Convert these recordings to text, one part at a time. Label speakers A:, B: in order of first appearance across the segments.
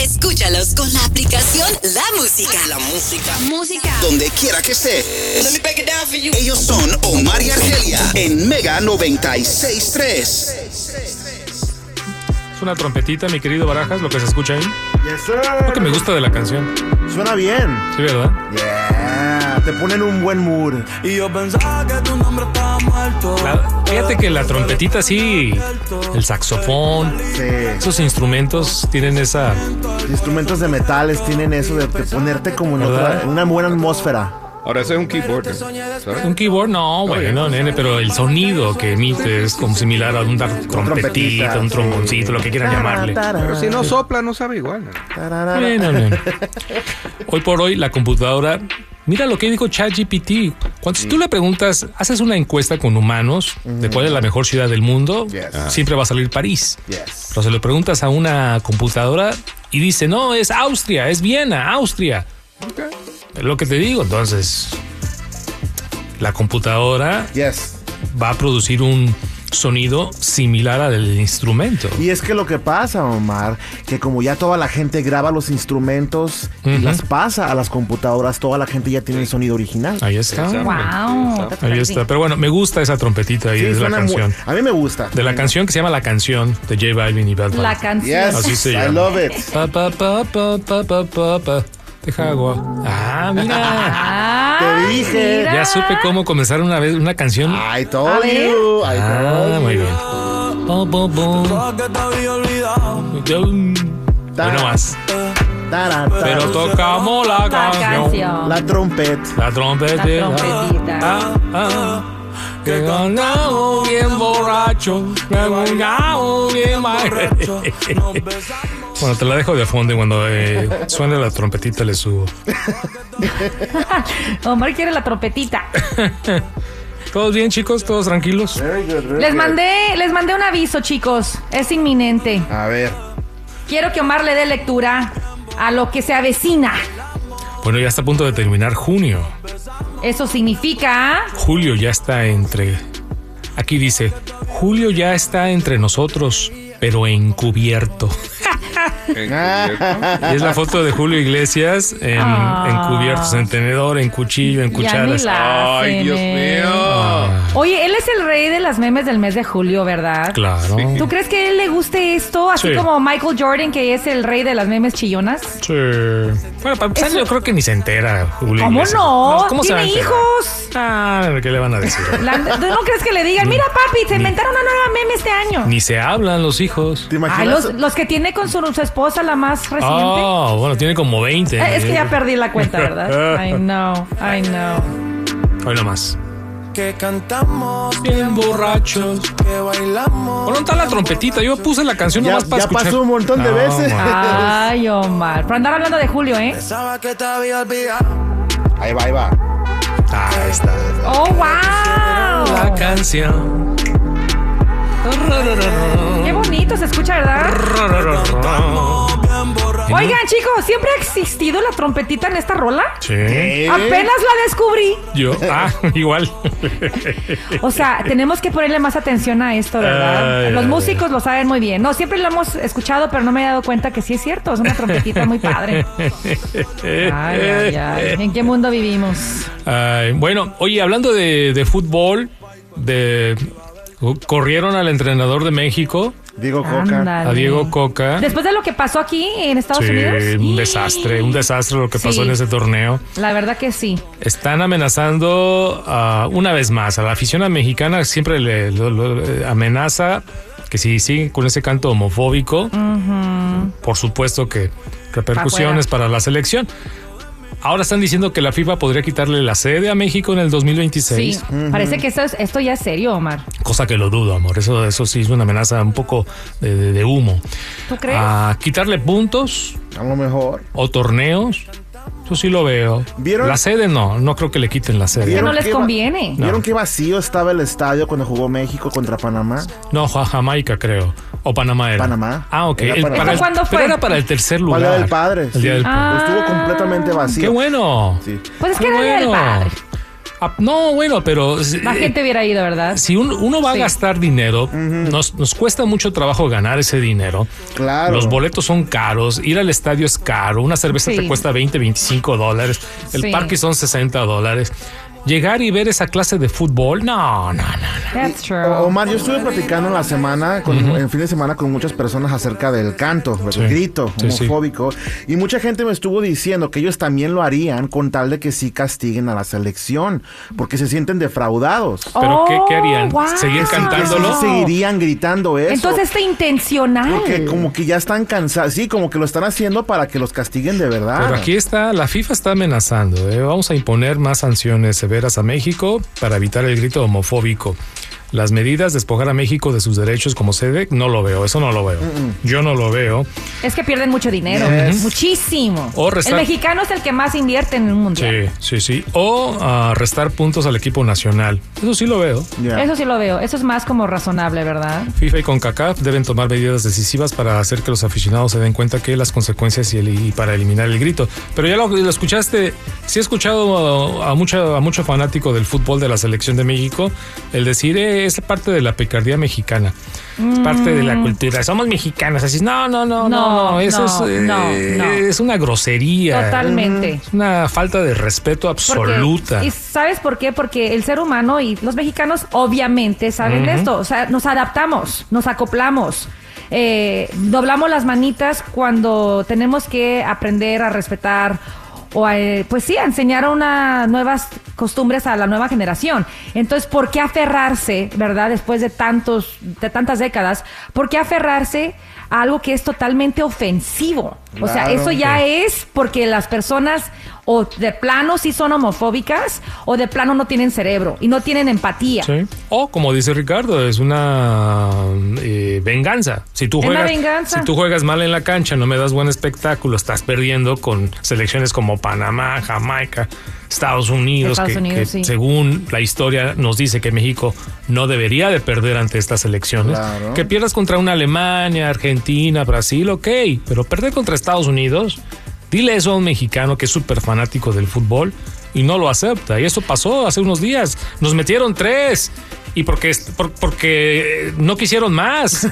A: Escúchalos con la aplicación La Música. La música. Música.
B: donde quiera que estés. Ellos son Omar y Argelia en Mega 963.
C: Es una trompetita, mi querido Barajas, lo que se escucha ahí.
D: Yes,
C: Lo que
D: sir.
C: me gusta de la canción.
D: Suena bien.
C: Sí, ¿verdad?
D: Yeah. Te ponen un buen mood.
E: Y yo pensaba que tu nombre estaba muerto.
C: La- fíjate que la trompetita sí, el saxofón,
D: Sí.
C: esos instrumentos tienen esa...
D: Este, Instrumentos de metales tienen eso de, de ponerte como en otra-
C: ¿Verdad?
D: una buena atmósfera.
F: Ahora, ese es un keyboard. ¿eh? ¿Sabes?
C: Un keyboard, no, bueno, nene, pero el sonido que emite es como similar a una trompetita, un
D: sí.
C: tromboncito, lo que quieran llamarle.
D: Pero
F: Si no sopla, no sabe igual. ¿no?
C: Bueno, nene. Hoy por hoy la computadora... Mira lo que dijo ChatGPT. Cuando si tú le preguntas, haces una encuesta con humanos de cuál es la mejor ciudad del mundo, Ah.
D: Yes.
C: siempre va a salir París.
D: Yes.
C: Pero se lo preguntas a una computadora y dice, no, es Austria, es Viena, Austria. Es lo que te digo, entonces la computadora
D: Yes.
C: va a producir un sonido similar al del instrumento.
D: Y es que lo que pasa, Omar, que como ya toda la gente graba los instrumentos y
C: Ujú.
D: las pasa a las computadoras, toda la gente ya tiene el sonido original.
C: Ahí está.
G: Wow.
C: Ahí está. Pero bueno, me gusta esa trompetita ahí
D: Sí,
C: de la
D: suena mu-
C: canción.
D: a mí me gusta.
C: De la canción que se llama La canción de J Balvin y Bad Bunny.
G: La canción.
D: Yes.
C: Así se
D: I
C: llama.
D: love it.
C: Pa, pa, pa, pa, pa, pa, pa, pa. Deja agua. Ah, mira.
D: Te dije.
C: Ya supe cómo comenzar una vez una canción
D: I told you. I told
C: Ah,
D: you.
C: muy bien. Bom, bom, bom.
E: Pensaba que te había olvidado.
C: Yo, mm, Hoy no más.
D: Tara, tara.
C: Pero tocamos la canción.
D: la trompeta.
C: La trompeta. Ah, ah. Que ganamos bien borracho. Me bailamos bien borracho.
E: Nos besamos.
C: Bueno, te la dejo de fondo y cuando eh, suene la trompetita le subo.
H: Omar quiere la trompetita.
C: ¿Todos bien, chicos? ¿Todos tranquilos?
H: Les mandé, les mandé un aviso, chicos. Es inminente.
D: A ver.
H: Quiero que Omar le dé lectura a lo que se avecina.
C: Bueno, ya está a punto de terminar junio.
H: Eso significa.
C: Julio ya está entre... Aquí dice, Julio ya está entre nosotros, pero encubierto.
F: Encubierto.
C: Y es la foto de Julio Iglesias en,
H: Ah.
C: en cubiertos, en tenedor, en cuchillo, en
H: Ya ni
C: cucharas. Ah,
H: la
F: Ay,
H: hacen,
F: Dios
H: eh.
F: mío.
H: Oye, él es el rey de las memes del mes de julio, ¿verdad?
C: Claro.
H: ¿Tú crees que a él le guste esto? Así
C: Sí.
H: como Michael Jordan, que es el rey de las memes chillonas.
C: Sí. Bueno, para empezar,
H: Eso-
C: yo creo que ni se entera Julio
H: ¿Cómo
C: Iglesias.
H: no?
C: ¿Cómo se va a
H: Tiene
C: enterar?
H: hijos.
C: Ah, ¿qué le van a decir?
H: La- ¿tú ¿No crees que le digan, mira papi, se inventaron una nueva meme este año?
C: ni se hablan los hijos.
D: ¿Te imaginas?
H: Ay, los, los que tiene con su, su esposa, la más reciente.
C: Oh, bueno, tiene como 20.
H: Eh, es que ya perdí la cuenta, ¿verdad? I know, I know.
C: Hoy nomás.
E: Que cantamos.
C: Bien borrachos.
E: Que bailamos.
C: Bueno, está la trompetita. Yo puse la canción
D: Ya,
C: nomás para
D: ya
C: escuchar.
D: pasó un montón de
C: Ah,
D: veces.
C: bueno.
H: Ay, Omar. Por andar hablando de Julio, ¿eh?
E: Pensaba que te había olvidado.
D: Ahí va, ahí va.
C: Ah, está.
H: Oh,
C: La
H: wow.
C: canción.
H: Qué bonito se escucha, ¿verdad?
E: Bien borracho.
H: Oigan, chicos, ¿siempre ha existido la trompetita en esta rola?
C: Sí.
D: ¿Eh?
H: Apenas la descubrí.
C: Yo, ah, igual.
H: O sea, tenemos que ponerle más atención a esto,
C: Ay,
H: ¿verdad?
C: ay,
H: Los
C: ay.
H: músicos lo saben muy bien. No, siempre lo hemos escuchado, pero no me he dado cuenta que sí es cierto. Es una trompetita muy padre. Ay, ay, ay. ¿En qué mundo vivimos?
C: Ay, bueno, oye, hablando de, de fútbol, de Corrieron al entrenador de México.
D: Diego
H: Coca. Ándale.
C: A Diego Coca.
H: Después de lo que pasó aquí en Estados
C: Sí,
H: Unidos.
C: un desastre, un desastre lo que pasó
H: Sí.
C: en ese torneo.
H: La verdad que sí.
C: Están amenazando ah, una vez más a la afición mexicana, siempre le lo- lo- eh, amenaza que si siguen con ese canto homofóbico,
H: Ujú.
C: por supuesto que repercusiones para la selección. Ahora están diciendo que la FIFA podría quitarle la sede a México en el 2026.
H: Sí, parece que esto, es- esto ya es serio, Omar.
C: Cosa que lo dudo, amor. Eso, eso sí es una amenaza un poco de, de- de humo.
H: ¿Tú crees?
C: A quitarle puntos.
D: A lo mejor.
C: O torneos. Eso sí lo veo.
D: ¿Vieron?
C: La sede no, no creo que le quiten la sede.
H: Ya no les
D: qué va-
H: conviene.
D: ¿Vieron qué vacío estaba el estadio cuando jugó México contra Panamá?
C: No, Ja- Jamaica creo. O Panamá era.
D: Panamá.
C: Ah, ok.
D: Era
C: El-
D: Panamá.
C: para el-
H: ¿Eso cuándo fue? Ah.
C: Pero era para el tercer
D: Para
C: lugar.
D: el Día del Padre.
C: El Día
D: sí.
C: del Padre. Ah.
D: Estuvo completamente vacío.
C: ¡Qué bueno!
D: Sí.
H: Pues es
C: ¡Qué
H: que era el
C: bueno!
H: padre.
C: Ah, No, bueno, pero... si- eh,
H: Más gente hubiera ido, ¿verdad?
C: Si un- uno va
H: Sí.
C: a gastar dinero, nos, nos cuesta mucho trabajo ganar ese dinero.
D: Claro.
C: Los boletos son caros, ir al estadio es caro, una cerveza
H: Sí.
C: te cuesta 20, 25 dólares, el
H: Sí.
C: parque son 60 dólares. Llegar y ver esa clase de fútbol, no, no, no.
H: That's true.
D: O- Omar, yo estuve platicando en la semana, con, en fin de semana, con muchas personas acerca del canto, del
C: Sí.
D: grito
C: Sí, sí.
D: homofóbico. Y mucha gente me estuvo diciendo que ellos también lo harían con tal de que sí castiguen a la selección, porque se sienten defraudados.
C: Pero ¿qué, qué harían?
H: Oh, wow.
C: ¿Seguir
H: Que sí,
C: cantándolo?
D: Que sí seguirían gritando eso.
H: Entonces está intencional.
D: Porque como que ya están cansados, sí, como que lo están haciendo para que los castiguen de verdad.
C: Pero aquí está, la FIFA está amenazando. ¿eh? Vamos a imponer más sanciones severas a México para evitar el grito homofóbico. Las medidas de despojar a México de sus derechos como sede, no lo veo, eso no lo veo. Yo no lo veo.
H: Es que pierden mucho dinero.
D: Yes.
H: Muchísimo.
C: O restar-
H: El mexicano es el que más invierte en el mundial.
C: Sí, sí, sí. O ah, restar puntos al equipo nacional. Eso sí lo veo.
D: Ya.
H: Eso sí lo veo. Eso es más como razonable, ¿verdad?
C: FIFA y CONCACAF deben tomar medidas decisivas para hacer que los aficionados se den cuenta que las consecuencias y, el- y para eliminar el grito. Pero ya lo, lo escuchaste, sí he escuchado a, a mucho, a mucho fanático del fútbol de la selección de México el decir, "Eh, es parte de la picardía mexicana, es parte de la cultura, somos mexicanos, así, no, no, no, no,
H: Mm. No,
C: no, eso
H: no,
C: es, eh,
H: no, no.
C: es una grosería.
H: Totalmente.
C: Es una falta de respeto
H: Porque-
C: absoluta.
H: ¿Y sabes por qué? Porque el ser humano y los mexicanos obviamente saben de esto. O sea, nos adaptamos, nos acoplamos. eh, doblamos las manitas cuando tenemos que aprender a respetar o a, eh, pues sí, a enseñar unas nuevas costumbres a la nueva generación. Entonces, ¿por qué aferrarse, verdad? Después de tantos, de tantas décadas, ¿por qué aferrarse a algo que es totalmente ofensivo? o sea,
D: Claro.
H: eso ya es porque las personas o de plano sí son homofóbicas o de plano no tienen cerebro y no tienen empatía.
C: Sí. O como dice Ricardo, es una eh, venganza. Si tú
H: Una
C: juegas,
H: venganza.
C: si tú juegas mal en la cancha, no me das buen espectáculo, estás perdiendo con selecciones como Panamá, Jamaica, Estados Unidos,
H: Estados
C: que,
H: Unidos,
C: que
H: sí.
C: según la historia nos dice que México no debería de perder ante estas selecciones.
D: Claro.
C: Que pierdas contra una Alemania, Argentina, Brasil, ok, pero perder contra Estados Unidos. Dile eso a un mexicano que es súper fanático del fútbol y no lo acepta. Y eso pasó hace unos días. Nos metieron tres. Y porque, por- porque eh, no quisieron más.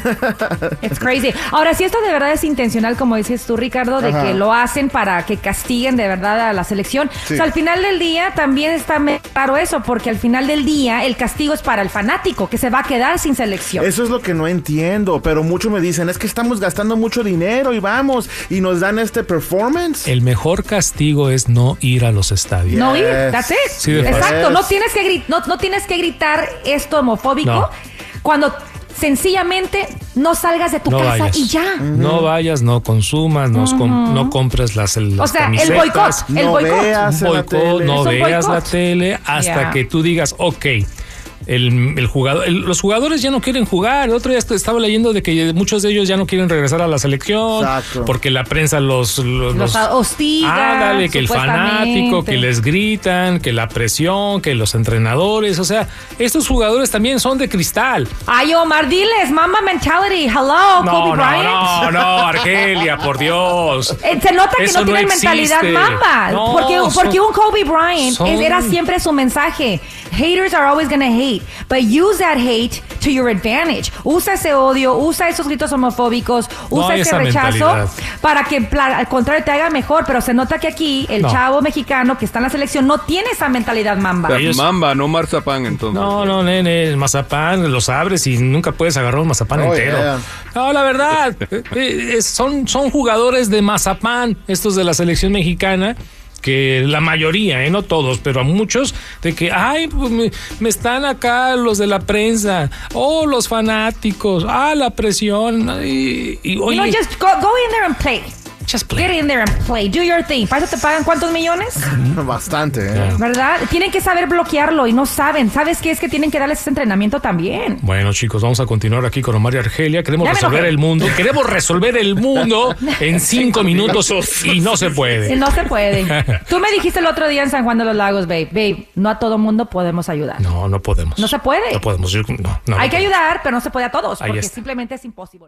H: It's crazy. Ahora, si esto de verdad es intencional, como dices tú, Ricardo, de
D: Ajá.
H: que lo hacen para que castiguen de verdad a la selección,
D: Sí.
H: o sea, al final del día también está medio raro eso, porque al final del día el castigo es para el fanático, que se va a quedar sin selección.
D: Eso es lo que no entiendo, pero muchos me dicen, es que estamos gastando mucho dinero y vamos, y nos dan este performance.
C: El mejor castigo es no ir a los estadios.
H: No ir,
D: Yes.
H: that's it.
C: Sí, de
H: Exacto,
D: fácil.
H: no tienes, que gri- no, no tienes que gritar esto homofóbico
C: No.
H: cuando sencillamente no salgas de tu
C: No
H: casa
C: vayas.
H: y ya.
C: No vayas, no consumas, no, com- no compres las, las
H: O sea, el
C: camisetas.
H: boicot, el
D: no
H: boicot.
D: veas en la
C: boicot,
D: tele.
H: Es
C: no
H: un
C: veas la
H: boicot.
C: tele hasta
H: Ya.
C: que tú digas, ok. El, el jugador, el- los jugadores ya no quieren jugar. El otro día est- estaba leyendo de que muchos de ellos ya no quieren regresar a la selección
D: Exacto.
C: porque la prensa los los,
H: Los hostiga,
C: Ándale, que el fanático,
H: supuestamente.
C: que les gritan, que la presión, que los entrenadores. O sea, estos jugadores también son de cristal.
H: Ay, Omar, diles, mama mentality, hello, Kobe
C: No, no,
H: Bryant.
C: no, no, Argelia, por Dios.
H: Eh, Se nota que
C: Eso
H: no tienen
C: existe.
H: mentalidad mamba.
C: No,
H: porque, porque
C: son-
H: un Kobe Bryant
C: son-
H: es- era siempre su mensaje. Haters are always gonna hate. hate, but use that hate to your advantage. Usa ese odio, usa esos gritos homofóbicos,
C: No
H: usa
C: hay
H: ese
C: esa
H: rechazo
C: mentalidad.
H: para que pla- al contrario te haga mejor. Pero se nota que aquí el
C: No.
H: chavo mexicano que está en la selección no tiene esa mentalidad mamba.
F: O sea, Mamba, no marzapán, entonces.
C: No, no, nene, el mazapán los abres y nunca puedes agarrar un mazapán
F: Oh,
C: entero.
F: yeah.
C: No, la verdad, eh, eh, son, son jugadores de mazapán, estos de la selección mexicana. Que la mayoría, eh, no todos, pero a muchos, de que, ay, pues, me, me están acá los de la prensa, oh, los fanáticos, ah, la presión, y, y,
H: you know,
C: oye,
H: just go, go in there and play.
C: Just
H: play. Get in there and play. Do your thing. ¿Para eso te pagan cuántos millones?
D: Bastante, ¿eh?
H: ¿Verdad? Tienen que saber bloquearlo y no saben. ¿Sabes qué? Es que tienen que darles ese entrenamiento también.
C: Bueno, chicos, vamos a continuar aquí con Omar y Argelia. Queremos
H: Ya me
C: resolver
H: enojé.
C: el mundo. Queremos resolver el mundo en cinco minutos y no se puede.
H: No se puede. Tú me dijiste el otro día en San Juan de los Lagos, babe, babe, no a todo mundo podemos ayudar.
C: No, no podemos.
H: No se puede.
C: No podemos. Yo- no,
H: Hay
C: no, no
H: que
C: podemos.
H: ayudar, pero no se puede a todos,
C: Ahí
H: porque
C: está.
H: simplemente es imposible.